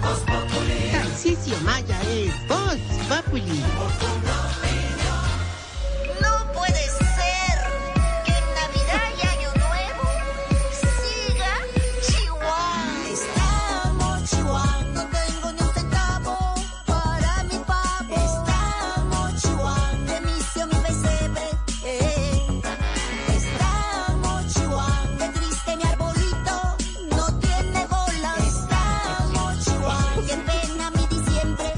Tarcisio Maya es Voz Populi. No puede ser que en Navidad y Año Nuevo siga Chihuahua. Estamos Chihuahua, no tengo ni un centavo para mi pavo. Estamos Chihuahua, de misión y pesebre. eh. Estamos Chihuahua, qué triste mi arbolito, no tiene bolas. Estamos Chihuahua, qué pena mi diciembre.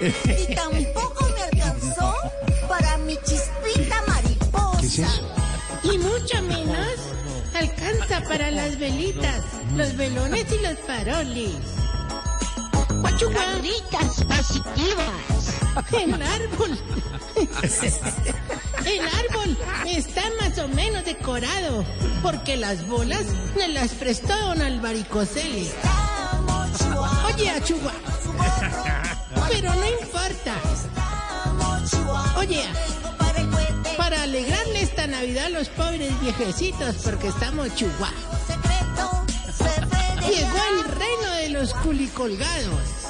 eh y tampoco me alcanzó para mi chispita mariposa. Y mucho menos alcanza para las velitas, los velones y los faroles. Cabritas positivas. El árbol. El árbol está más o menos decorado porque las bolas me las prestó don Albarico Celis. Estamos Chihuahua, Oye, Achuga, su gorro. pero no importa. Estamos Chihuahua. Oye. Tengo para el cohete. Para alegrarle esta Navidad a los pobres viejecitos porque estamos chugua. Secreto. Se ve de Llegó el reino de los culicolgados.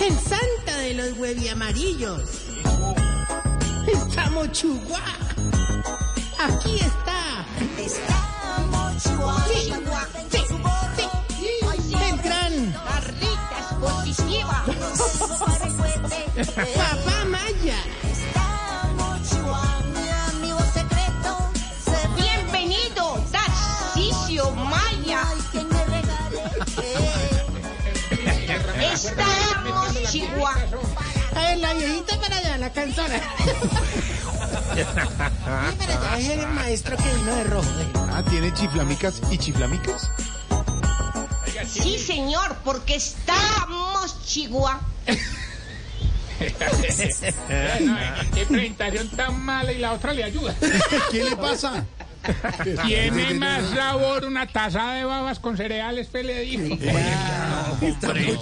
El santa de los hueviamarillos. Estamos chugua. Aquí está. Estamos Chihuahua. Sí, Chihuahua. sí, Su gorro. sí. El gran Carritas positivas. Para el cohete. papá Maya. Estamos Chihuahua. Mi amigo secreto. Se ve Bienvenido, Tarcisio Maya. Ay, que me regale. Eh, Estamos Chihuahua. A ver, la viejita para allá, la cantora. para allá es el maestro que vino de rojo. Ah, ¿tiene chiflamicas y chiflamicas? Sí, señor, porque estamos Chihuahua. Qué presentación tan mala y la otra le ayuda. ¿Qué le pasa? Tiene más sabor una taza de babas con cereales, pe, le dijo. ¿Qué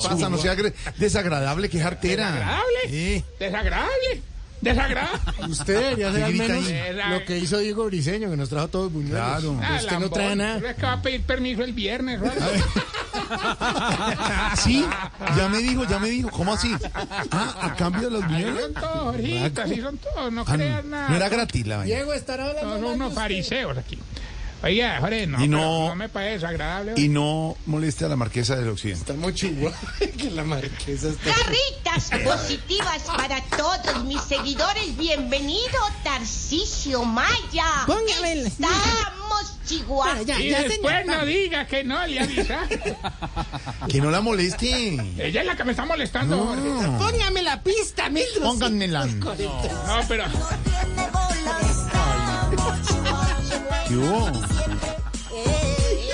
pasa? No sea agre- desagradable, que es artera. Desagradable. Sí. Desagradable. Desagradable. Usted debería hacer al menos lo que hizo Diego Briseño, que nos trajo todos buñuelos. Claro. usted no trae nada. Es que va a pedir permiso el viernes, ¿vale? Sí, ya me dijo, ya me dijo. ¿Cómo así? Ah, a cambio de los Así buñuelos. son todos, Jorgito, así son todos. No Ah, no, creas no era nada. gratis la vaina. Diego estará hablando. Todos son mal de unos usted. fariseos aquí. Oiga, Jorge, no, Y no- no, no me parece desagradable. Y no moleste a la marquesa del occidente. Estamos chihuahua, que la marquesa está... Carritas positivas para todos mis seguidores. Bienvenido, Tarcisio Maya. Póngame el- Estamos Chihuahua. Para allá, Y Ah, ya, después señor. Ah, no diga que no, le avisa. Que no la moleste. Ella es la que me está molestando, Jorge. Póngame la pista, mil Pónganmela. No, pero. no tiene bolas. Estamos Chihuahua. ¿Qué hubo? Eh,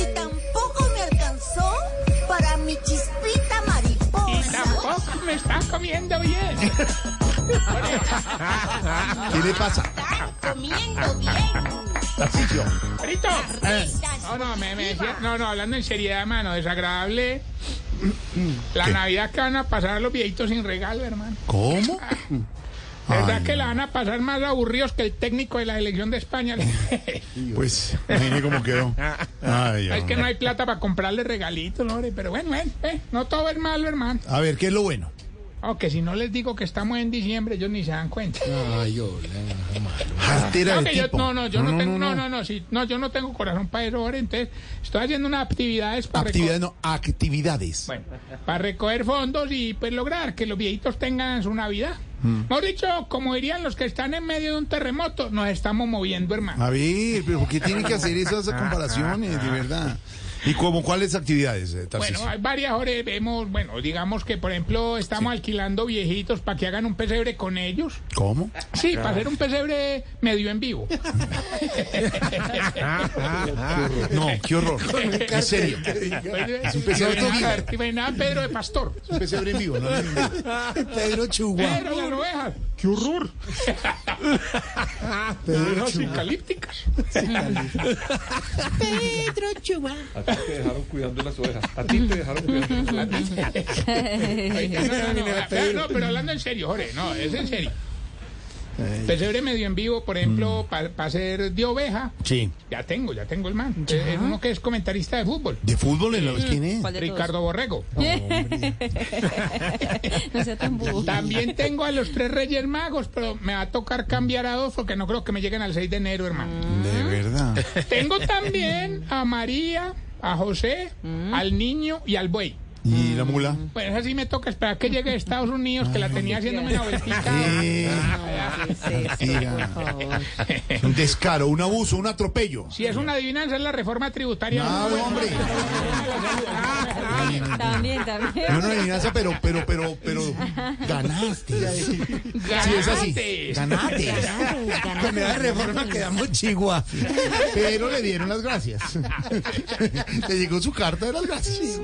Y tampoco me alcanzó para mi chispita Y mariposa. tampoco me está comiendo bien. ¿Qué le pasa? Están comiendo bien. Tarcicio. Marito. No, no, me, me decía- no, no, hablando en seriedad, mano, desagradable. La Navidad que van a pasar los viejitos sin regalo, hermano. ¿Cómo? ¿Verdad Ay, que la van a pasar más aburridos que el técnico de la selección de España? Pues, imagínate cómo quedó. Ay, es que no hombre. hay plata para comprarle regalitos, hombre. Pero bueno, bueno, eh, no todo es malo, hermano. A ver, ¿qué es lo bueno? Aunque si no les digo que estamos en diciembre, ellos ni se dan cuenta. Ay, hola. Jartera No, de que yo- tipo. no, no, yo no, tengo, no, no, no, sí, no, yo no tengo corazón para eso, ahora, entonces estoy haciendo unas actividades para, Actividades, reco- no, actividades. bueno, para recoger fondos y pues lograr que los viejitos tengan su Navidad. Mm. Hemos dicho, como dirían los que están en medio de un terremoto, Ah, nos estamos moviendo, hermano. A ver, pero ¿por qué tienen que hacer esas comparaciones, de verdad? ¿Y como cuáles actividades, eh, Tarcisio? Bueno, hay varias horas, vemos, bueno, digamos que por ejemplo estamos alquilando viejitos para que hagan un pesebre con ellos. ¿Cómo? Sí, para hacer un pesebre medio en vivo. ah, No, qué horror. En serio. es un pesebre todo vivo. Pedro de Pastor. Pesebre en vivo, ¿no? Pedro Chihuahua. Pedro de las ovejas. ¡Qué horror! Ovejas Apocalípticas. Pedro Chubá. Oiga, no, no, no, no, no, pero hablando en serio, Jorge, no, es en serio. Pesebre medio en vivo, por ejemplo, para hacer de oveja. Sí. Ya tengo, ya tengo el man. Entonces, Es uno que es comentarista de fútbol. ¿De fútbol en la ¿Quién es? Ricardo Borrego. No sea tan bobo. También tengo a los tres Reyes Magos, pero me va a tocar cambiar a dos porque no creo que me lleguen al 6 de enero, Mm. hermano. De verdad. Tengo también a María, a José, Mm. al niño y al buey. ¿Y la mula? Pues esa sí me toca esperar que llegue de Estados Unidos, que la tenía haciéndome una vueltita. Eh, ah, Por favor. un descaro, un abuso, un atropello. Si es una adivinanza, es la reforma tributaria. No, hombre. También, también. No, no, adivinanza, pero, pero, pero, pero. Ganaste. Sí, es así. Ganaste. Ganaste. Con la reforma quedamos chihuahua. Pero le dieron las gracias. Le llegó su carta de las gracias.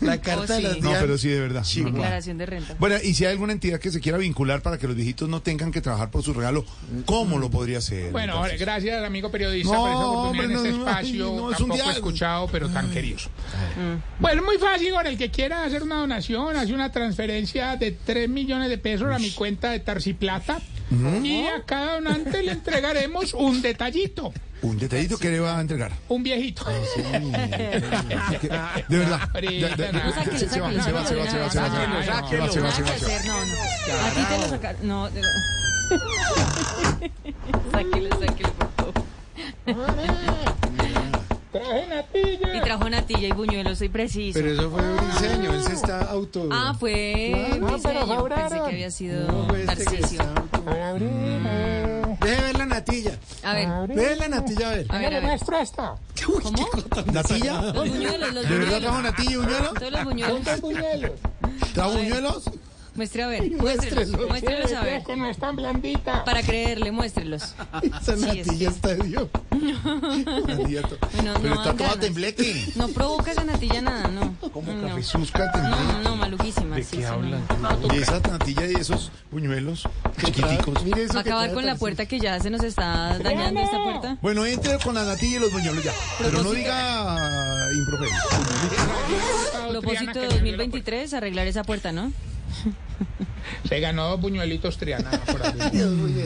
La carta de Oh, las sí. No, dian- pero sí, de verdad. Declaración de renta. Bueno, y si hay alguna entidad que se quiera vincular para que los viejitos no tengan que trabajar por su regalo, ¿cómo lo podría hacer? Bueno, entonces? gracias amigo periodista No, por esa oportunidad hombre, en este no, no, espacio. no, es un Tampoco diálogo. escuchado, pero tan querido. Bueno, muy fácil, ahora el que quiera hacer una donación, hace una transferencia de 3 millones de pesos a mi cuenta de Tarciplata. Y a cada donante le entregaremos un detallito, Un detallito que le va a entregar. un viejito. De verdad. De- de- Ahorita de- nada. Sáquelo, Se va, se sáquelo, va, se va, se va, se va, se va, se va, se va, se va, se va, Nada se va. que hacer, no, no. A ti te lo sacaron. No, te lo- Sáquelo, sáquelo, por favor. Traje natilla. Y trajo natilla y buñuelos, soy preciso. Pero eso fue un diseño, él se está auto. Ah, fue. No, dice, pero yo pensé cobraron. que había sido No, fue este que Tarcisio. está auto. Mm. Deje ver la natilla. A ver, a Ve la natilla a ver. ver, a Le ver. muestro esto. ¿Cómo? ¿Natilla? Los buñuelos, los ¿De verdad trajo buñuelos. natilla y buñuelos? Todos los buñuelos. Son buñuelos. ¿Trajo buñuelos? Muestre a ver, muéstrelos, muéstrelos a ver. Que no es tan blandita. Para creerle, muéstrelos. Esa Sí, es que- natilla está de Dios. Bueno, Pero no está dan toda ganas. tembleque. No provoca esa natilla nada, no. Como No. cafezuzca No, no, tembleque. no, maluquísima. sí, sí, no. Y esa natilla y esos buñuelos chiquiticos. Mire eso Va a que acabar trae con la Tarcisio. puerta que ya se nos está dañando esta puerta. Bueno, entre con la natilla y los buñuelos ya. Pero no diga improperio. Ah, Triana, que Propósito me abrió la 2023, arreglar esa puerta, ¿no? puerta. Se ganó dos buñuelitos Triana. por aquí.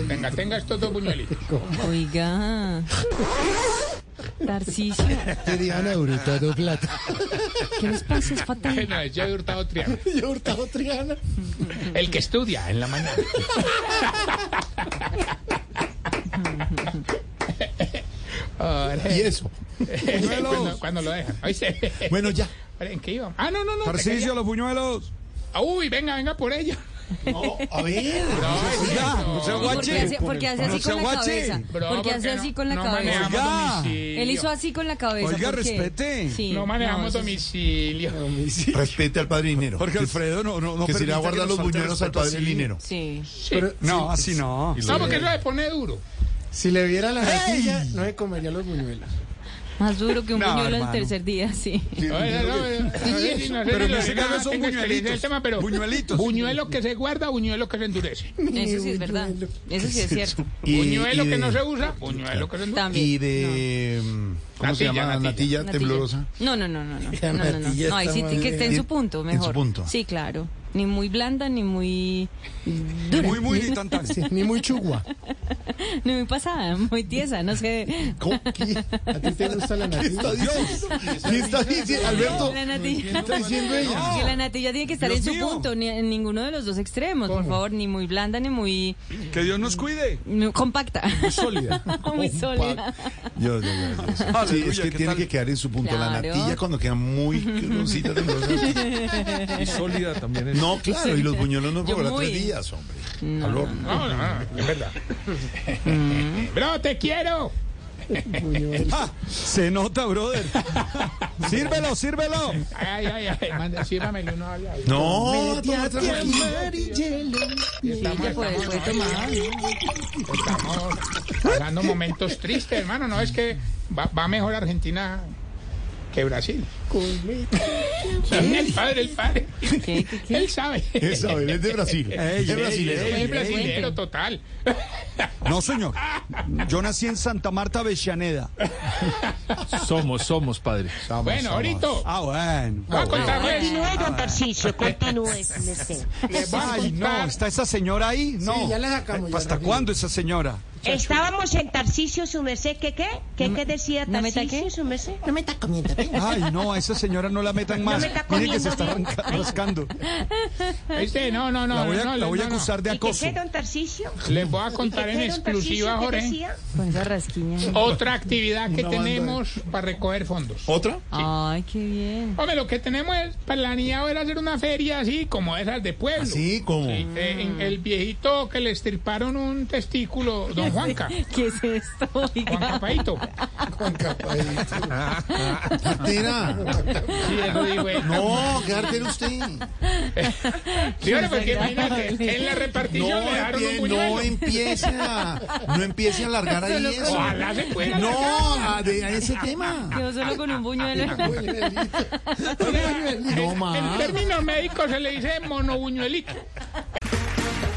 Venga, tenga estos dos buñuelitos. Oiga. Tarcisio. Triana Hurtado Plata. ¿Qué les pasa? Es fatal. Bueno, yo he hurtado Triana. Yo Hurtado Triana. El que estudia en la mañana. Ahora, Eh. eh, Y eso. cuando, cuando lo dejan. Oíste. Bueno, ya. ¿En qué iba? Ah, no, no, no. te Tarcisio, los buñuelos. quería- Uy, venga, venga por ella. No, a ver. Oiga, no sea ¿Y ¿Por qué hace, guache. por qué hace así No sea con la guache. cabeza? Bro, ¿Por qué hace no- así con la no cabeza? manejamos Oiga. domicilio. Él hizo así con la cabeza. Oiga, ¿por qué? respete. Sí, No manejamos eso es- domicilio. Respete al padre dinero. Jorge Alfredo, no, no, no. que se permita irá a guardar que los nos falte buñuelos al respeto padre así. dinero. Sí. Pero- No, así no. No, porque eso le pone duro. Si le viera la natilla, no le comería los buñuelos. Más duro que un No, buñuelo al hermano. tercer día, sí. Oye, no, no, no, sé si- no sé Pero si en lo este verá, caso son tengo experiencia en el buñuelitos. tema, pero Buñuelitos. Buñuelo que se guarda, buñuelo que se endurece. Eso sí es verdad. Eso sí es cierto. Y- buñuelo y que de- no se usa, buñuelo que se endurece. También. Y de. mm, ¿Cómo se Natilla, llama? natilla. Natilla, Natilla. temblorosa. No, no, no, no, no. La No, no, no. natilla No, ahí está sí más que esté en bien. su punto, En mejor. su punto. Sí, claro. Ni muy blanda, ni muy dura. Muy, muy, ni tan, tan. Ah, Sí, ni muy chugua. Ni muy pasada, muy tiesa, no sé. ¿Cómo? ¿Qué? ¿A ti te gusta la ¿Qué natilla? está diciendo? ¿Qué está diciendo? Alberto, La natilla. ¿qué está diciendo ella? Que la natilla tiene que estar Dios en su mío. punto, ni en ninguno de los dos extremos, por favor, ni muy blanda ni muy Que Dios nos cuide. no, compacta, Sólida. muy sólida. Oh, Yo, yo, yo, yo. Sí, es Aleluya, que ¿qué tiene tal? que quedar en su punto. La Claro. natilla cuando queda muy crudosita, temblorosa. Y sólida también es. No, claro, y los buñuelos no Yo por muy. tres días, hombre. Al horno. No, no, no, es verdad. Bro, te quiero. Ah, se nota, brother. sírvelo, sírvelo. Ay, ay, ay, manda, sírvamelo uno allá. No, toma, Te trajo aquí. amarillelo. Estamos, Puede, Pues, puede tomar. estamos pasando momentos tristes, hermano. No es que va, va mejor Argentina que Brasil. El padre, el padre. ¿Qué, qué, qué? Él sabe. Es, a ver, es de Brasil. es brasilero. Es brasilero total. No, señor. Yo nací en Santa Marta, Bellaneda. Somos, somos, padre. Bueno, ahorita Ah, bueno. voy a contarles. Continúe, don Tarcicio, continúe. les voy a Ay, no, contar- ¿está esa señora ahí? No. Sí, ya la sacamos, ya ¿Hasta la- cuándo esa señora? Estábamos en Tarcicio, su merced, ¿qué qué? ¿Qué, qué decía no me Tarcicio, taqué. su merced? No me está comiendo. ¿eh? Ay, no, a esa señora no la metan más. me está Mire que se está comiendo bien. arranca- rascando. Este, no, no, no. La voy no, a, no, la voy a no, no. acusar de ¿Y qué acoso. qué, don Tarcicio? Les voy a contar ¿Qué en qué, don Tarcicio, exclusiva, qué Jorge, decía? Con esa rasquiña. otra actividad que Una banda de- tenemos para recoger fondos. ¿Otra? Ay, qué bien. Hombre, lo que tenemos es planeado era hacer una feria así, como esas de pueblo. ¿Ah, Sí, como. Eh, en el viejito que le estirparon un testículo, don Juanca. ¿Qué es esto? Juan Oiga. Capaito. Artera. Sí, eso digo, eh. No, ¿qué artera usted? Sí, hombre, porque imagínate, desagradable. en la repartición le No, dejaron un empie- no buñuelo. empiece a, no empiece a alargar ahí eso. Pues Ojalá se pueda. No, a, de- a ese tema. Quedó solo con un buñuelo. No En más. términos médicos se le dice monobuñuelito.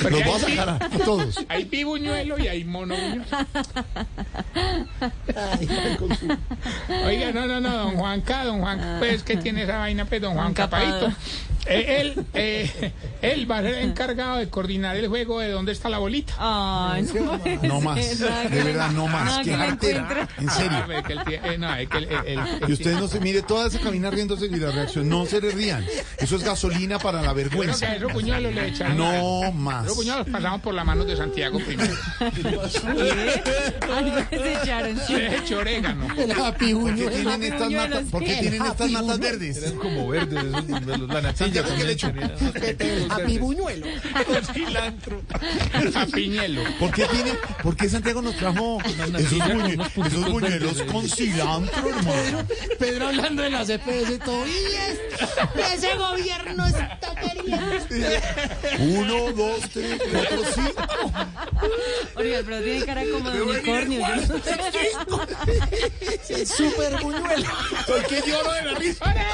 Los voy a sacar a todos. Hay bibuñuelo y hay monobuñuelo. Oiga, no, no, no, don Juanca, don Ah. Juan, pues que tiene esa vaina, pues don Juan Capaito. Eh, él, eh, él va a ser encargado de coordinar el juego de dónde está la bolita. Ay, no, puede No más. ser, nada que De verdad, no nada más. que Qué la artera. encuentre. En serio. Ah, es que él tiene- eh, no, es que él- él- él- Y usted no se mire toda esa cabina riéndose y la reacción. No se le rían. Eso es gasolina para la Creo que a vergüenza. esos puñuelos le echaron. No A más. Esos puñuelos pasaron por la mano de Santiago primero. Algo que se echaron. Le echó orégano. ¿Por qué tienen estas Puñuelos, matas, por qué ¿qué? tienen estas matas verdes? Eran como verdes esos buñuelos. La natilla Santiago, ¿qué le también echó? tenía. A mi buñuelo. A Piñelo. ¿Por qué, tiene, ¿Por qué Santiago nos trajo esos, buñue- esos buñuelos con cilantro, hermano? Pedro hablando de las EPS y todo. Y es- ese gobierno está queriendo. Uno, dos, tres, cuatro, cinco. Oiga, pero tiene cara como de unicornio. yo no sé. Es súper buñuelo. ¿Por qué lloro de la risa? ¡Ore!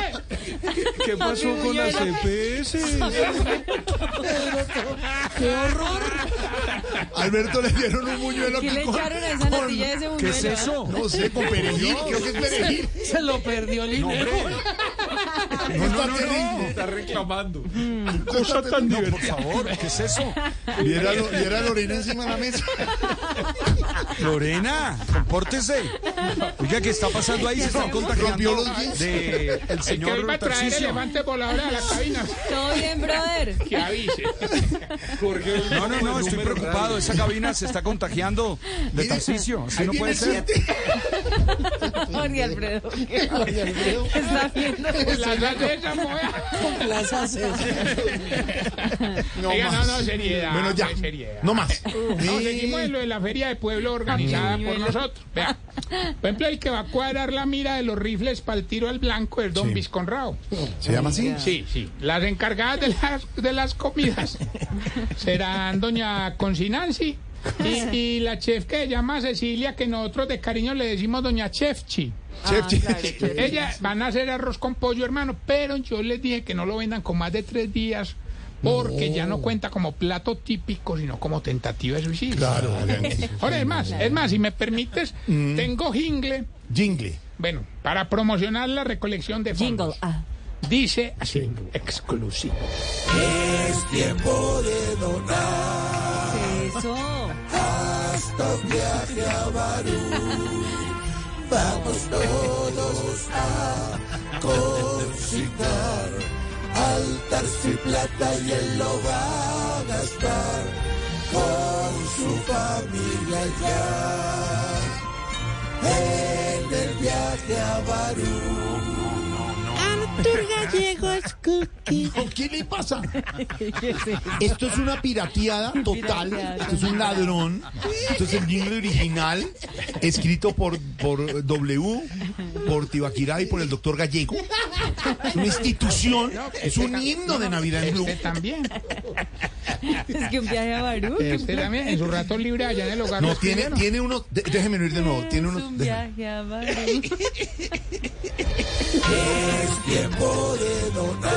¿Qué pasó con las EPS? Alberto le dieron un buñuelo ¿Qué que le con- echaron a esa con- natilla de ese buñuelo? ¿Qué es eso? No sé, con perejil, creo que es perejil. Se lo perdió el No, dinero. hombre. No, está terrible. Está reclamando. Cosa tan No, por divertida. favor. ¿Qué es eso? Viera, lo- viera a Lorena encima de la mesa. Lorena, compórtese. Oiga, ¿qué está pasando ahí? Se están Rompió contagiando los jeans. de el Que él va señor a traer Tarcisio. elefantes voladores a la cabina. Todo bien, brother. Que avise. No, no, no, estoy preocupado. Esa cabina se está contagiando de Tarcisio. Así Ahí no puede viene ser. siete. Jorge Alfredo. ¿qué Jorge Alfredo. Está viendo. La de esa mujer. Las haces. No Oiga, no, más. no, seriedad. Bueno, ya. pues, seriedad. No más. No, seguimos en lo de la feria de pueblo organizada por nosotros. Vea, por ejemplo, el que va a cuadrar la mira de los rifles para el tiro al blanco es don Sí. Vizconrao. ¿Se llama así? Sí, sí. Las encargadas de las, de las comidas serán doña Consinansi y, y la chef que se llama Cecilia, que nosotros de cariño le decimos doña Chefchi. Ah, claro, claro. Ellas van a hacer arroz con pollo, hermano, pero yo les dije que no lo vendan con más de tres días porque ya no cuenta como plato típico, sino como tentativa de suicidio. Claro, Ahora, es más, es más, si me permites, Mm. tengo jingle, Jingle. bueno, para promocionar la recolección de fondos. Jingle. Ah. Dice así, exclusivo. ¿Qué es eso? Nuestro viaje a Barú. Vamos todos a concitar al Tarciplata y él lo va a gastar con su familia ya. En el viaje a Barú. Artur Gallegos Cookie. ¿Qué le pasa? Esto es una pirateada total. Esto es un ladrón. Esto es el jingle original, escrito por, por W, por Tibaquirá y por el doctor Gallego. Es una institución. Es un himno de Navidad en Blue. Usted también. Es que un viaje a Barú. Usted también, en su rato libre allá en el hogar. Este. No, los tiene, cuidaron. tiene uno. de- Déjeme oír de nuevo. Tiene Es uno. un déjeme. viaje a Barú. Es tiempo de donar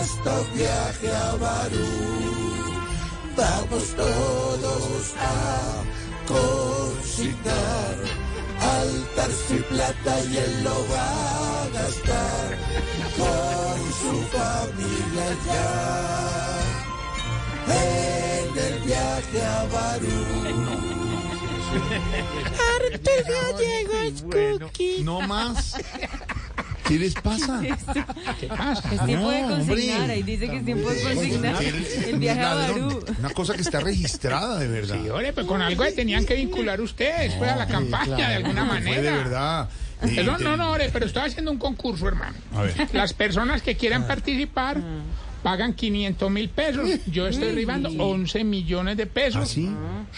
hasta un viaje a Barú. Vamos todos a consignar al Tarciplata y él lo va a gastar con su familia ya. En el viaje a Barú. Artur Gallegos Cookie. No más. ¿Qué les pasa? ¿Qué pasa? Es tiempo de No, hombre. consignar. Ahí dice que es tiempo de consignar. El viaje a Barú. Una cosa que está registrada, de verdad. Y ore, pues con algo ahí tenían que vincular ustedes, pues a la campaña, Claro, de alguna que manera. Fue de verdad. Eh, Pero te- no, no, ore, pero estoy haciendo un concurso, hermano. A ver. Ah. Las personas que quieran participar pagan 500 mil pesos. Yo estoy arribando 11 millones de pesos. ¿Ah, sí?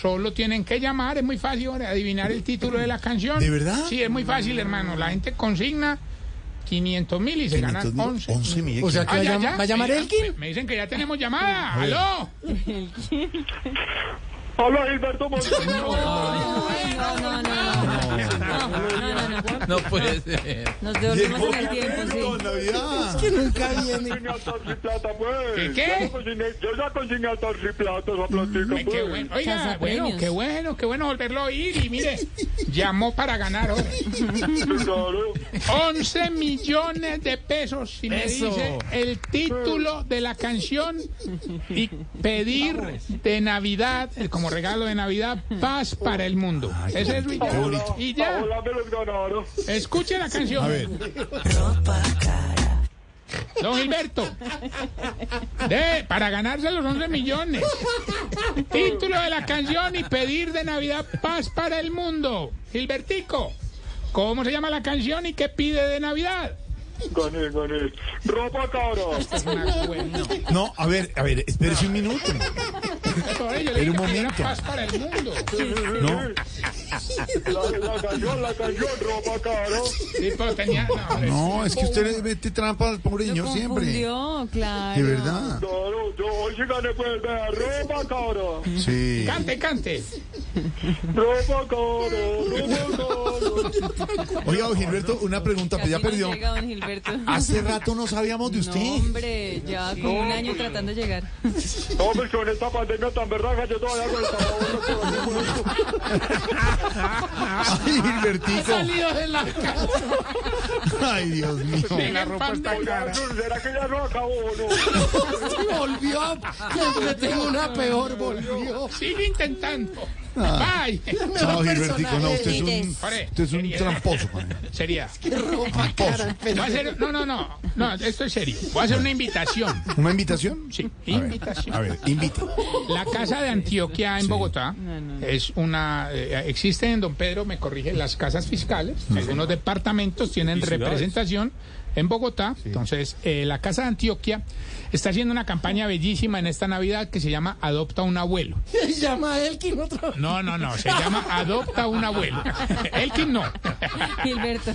Solo tienen que llamar, es muy fácil ahora adivinar el título de la canción. ¿De verdad? Sí, es muy fácil, hermano. La gente consigna 500 mil y se 500 ganan mil, 11. 11 millones. O sea, que Ah, va, a ya, llam- ya. va a llamar Sí, Elkin. me- Me dicen que ya tenemos llamada. ¡Aló! Hola Gilberto No, no, no, no. No, no, no. no. No puede ser. Nos devolvemos en el tiempo, sí. Navidad. Que nunca viene. ¿Qué, ¿Qué, qué? pues. Yo ya consigné a Tarciplata, esa platica, Qué pues. bueno. Oiga, Cazapremios. bueno, qué bueno, qué bueno volverlo a oír. Y mire, llamó para ganar ahora. pues, Claro. 11 millones de pesos si me Eso. dice el título de la canción y pedir de Navidad, eh, como regalo de Navidad, paz para el mundo. Ese es lo qué bonito. Y ya, Hola, me los ganaron. escuche la canción. A ver, Don Gilberto, de- para ganarse los 11 millones. Título de la canción y pedir de Navidad paz para el mundo. Gilbertico, ¿cómo se llama la canción y qué pide de Navidad? Gané, gané. Ropa cara. no, a ver, a ver, espérese un minuto. Por ello eh, le Pero dije un que era momento. Paz para el mundo. No, La, la canción, la canción, ropa cara. Sí, pero tenía- no, hombre, no, es que usted le mete trampa al pobre Lo niño siempre. De confundió, claro. verdad. Claro, yo hoy sí gané, pues, vea, ropa cara. Sí. Cante, cante. Ropa cara, ropa cara. Oiga, don Gilberto, una pregunta, pues Casi ya no perdió. Ah, llega don Gilberto. Hace rato no sabíamos de No, usted. hombre, ya como un año tratando de llegar. No, pues con esta pandemia tan berraca, yo todavía con el tabaco por aquí, por esto. Ay, Gilbertico. Salido de la casa. Ay, Dios mío. La ropa está Oiga, ¿Será que ya no acabó o no? Volvió. Le, le tengo una peor, volvió. Sigue intentando. Ah. Bye. Chao, Gilbertico. No, usted es un, Pare, usted es un tramposo, man. Sería. Tramposo. Voy a hacer- no, no, no. No, esto es serio. Voy a hacer una invitación. ¿Una invitación? Sí, A ver, invitación. a ver, invite. La casa de Antioquia en Bogotá es una eh, existe en Don Pedro, me corrige, las casas fiscales, algunos departamentos tienen ciudades. representación en Bogotá, entonces eh, la casa de Antioquia está haciendo una campaña bellísima en esta Navidad que se llama Adopta un abuelo. Llama a Elkin otra vez. No, no, no, se llama Adopta un abuelo. Elkin no. Gilberto.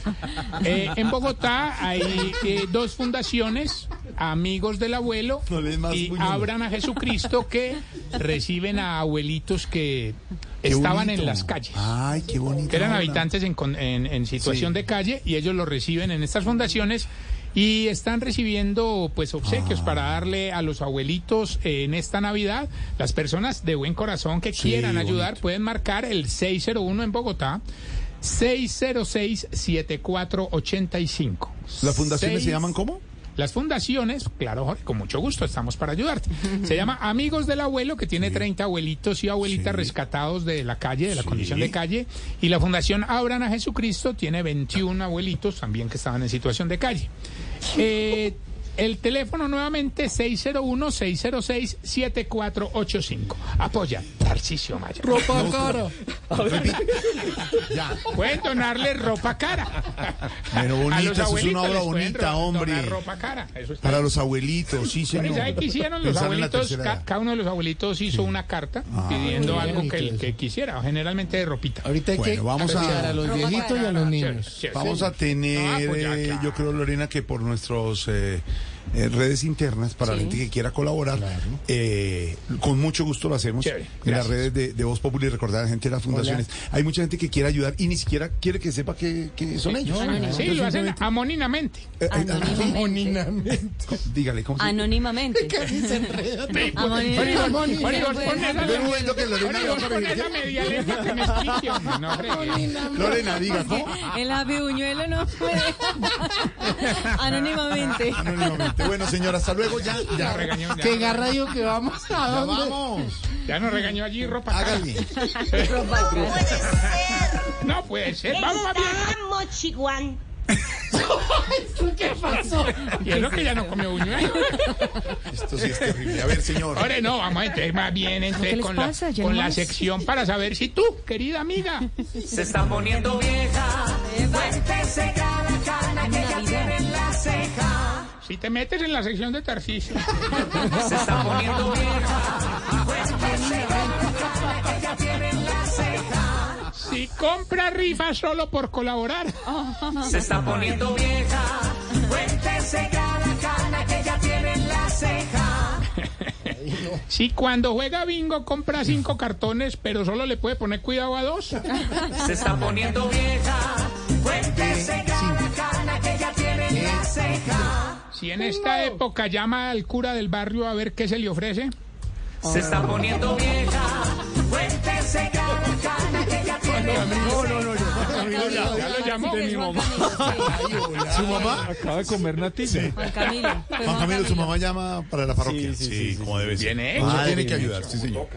Eh, en Bogotá hay eh, dos fundaciones, Amigos del Abuelo No le des más y puñal. Abran a Jesucristo, que reciben a abuelitos que Qué estaban bonito. en las calles. Ay, qué bonito. que eran Hola. habitantes en, con- en- en situación Sí. de calle y ellos los reciben en estas fundaciones y están recibiendo pues obsequios para Ah. darle a los abuelitos eh, en esta Navidad. Las personas de buen corazón que quieran ayudar bonito. pueden marcar el 601 en Bogotá. 606-7485. ¿Las fundaciones se llaman cómo? Las fundaciones, claro, Jorge, con mucho gusto, estamos para ayudarte. Se llama Amigos del Abuelo, que tiene 30 abuelitos y abuelitas rescatados de la calle, de la condición de calle. Y la Fundación Abran a Jesucristo tiene 21 abuelitos también que estaban en situación de calle. Eh, el teléfono nuevamente 601-606-7485. Apoya, Tarcisio Maya. Ropa cara. Ya. Pueden donarle ropa cara. Pero A bonita, los eso es abuelitos una obra les pueden bonita, donar hombre. ropa cara. Eso está Para los abuelitos, sí, Pero señor. Pues, ¿sabe qué hicieron los Pensar en la abuelitos? tercera Ca- edad. Ah, cada uno de los abuelitos hizo una carta pidiendo muy algo bonito que, que quisiera, generalmente de ropita. Ahorita hay que Bueno, vamos a- apreciar a los viejitos y a los niños. Vamos a Ah, tener, pues eh, yo creo, Lorena, que por nuestras redes internas, para la gente que quiera colaborar, eh, con mucho gusto lo hacemos Chévere, en gracias. las redes de, de Voz Popular y recordar a la gente de las fundaciones. Hay mucha gente que quiere ayudar y ni siquiera quiere que sepa que, que son ellos. Sí, Entonces, lo hacen simplemente- amoninamente. eh, eh, Anónimamente. dígale, ¿cómo se Anónimamente. Casi se enreda. Origos, origos, pon esa- Espera un momento que Lorena origos, va pon a corregir. esa media letra que me explique, hombre, no fregues. Lorena, diga, ¿cómo? El aviuñuelo no puede. Anónimamente. Anónimamente. Bueno, señora, hasta luego. Ya, ya. Ya regañó, ya. Qué garra yo que vamos a Ya dónde. vamos. Ya nos regañó allí ropa cara. Hágale. No puede ser. Vamos a bien. Estamos Chihuahua. ¿Qué pasó? Y es lo que ya no comió buñuelo. Esto sí es terrible. A ver, señor. Ahora no, vamos a entrar más bien ¿Qué entre les con, la, pasa, con la Germán? sección para saber si tú, querida amiga, Se está poniendo vieja. Cuéntese cada cana que ya tiene en la ceja. si te metes en la sección de Tarcisio. Se está poniendo vieja. Cuéntese cada cana que ya tiene en la ceja. Si compra rifa solo por colaborar. Se está poniendo vieja. Cuéntese cada cana que ya tiene en la ceja. Si cuando juega bingo compra cinco cartones, pero solo le puede poner cuidado a dos. Se está poniendo vieja. Cuéntese cada cana que ya tiene en la ceja. Si en esta época llama al cura del barrio a ver qué se le ofrece. Se está poniendo vieja. Cuéntese cada cana que ya tiene en la ceja. Ya lo llamó. Es Juan Camilo, sí. ¿Su mamá? Acaba de comer natilla. Juan Camilo. fue Juan Camilo, su mamá llama para la parroquia. Sí, sí, como debe ser. Bien hecho. Ella tiene que ayudar, sí, señor.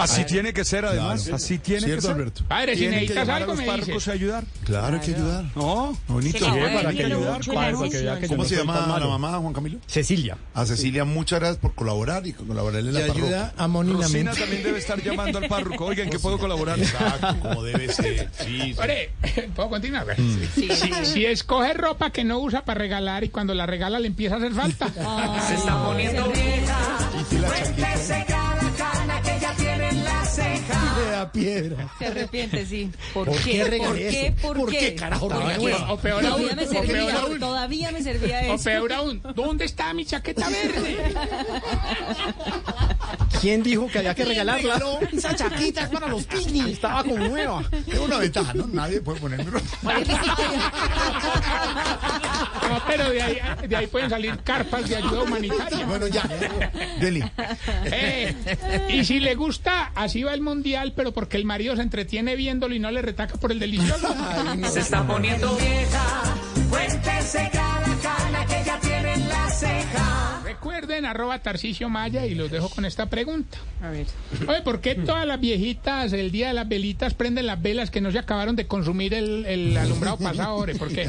Así tiene que ser, además. Claro. Así tiene que ¿Cierto, ser. Alberto? Padre, si Tiene que necesitas llamar a algo los me párrocos dices. a ayudar. Claro, hay que ayudar. No. Bonito. Sí, Para que Viendo ayudar, mucho para la que vea que yo ¿Cómo no se soy tan llama la malo. mamá, Juan Camilo? Cecilia. A Cecilia, muchas gracias por colaborar y colaborar en la Le ayuda parroquia. Rosina amoninamente. también debe estar llamando al párroco. Oiga, ¿en qué puedo colaborar? Exacto, como debe ser. Sí, sí. Ore, ¿puedo continuar? Si, si escoge ropa que no usa para regalar y cuando la regala le empieza a hacer Ah. falta. Se está poniendo vieja. Cuéntese cada cana que ya tiene en la ceja. Le da piedra. Se arrepiente, sí. ¿Por, ¿Por qué qué? ¿Por regalé qué? eso? ¿Por, ¿Por qué? qué, carajo, regalé ¿Por qué? eso? O peor aún, Todavía me o peor servía, aún. todavía me servía O eso. peor aún, ¿dónde está mi chaqueta verde? ¿Quién dijo que había que regalarla? Esa chaquita es para los picnic. Estaba como nueva. Es una ventaja, ¿no? Nadie puede ponerme ropa. No, pero de ahí, de ahí pueden salir carpas de ayuda humanitaria. Bueno, ya. Deli. Eh, y si le gusta, así va el mundial, pero porque el marido se entretiene viéndolo y no le retaca por el delicioso. Se está poniendo vieja. Cuéntese cada cana que ya tiene en la ceja. Recuerden, arroba Tarcicio Maya y los dejo con esta pregunta. Oye, ¿por qué todas las viejitas el día de las velitas prenden las velas que no se acabaron de consumir el, el alumbrado pasado? ore? ¿Por qué?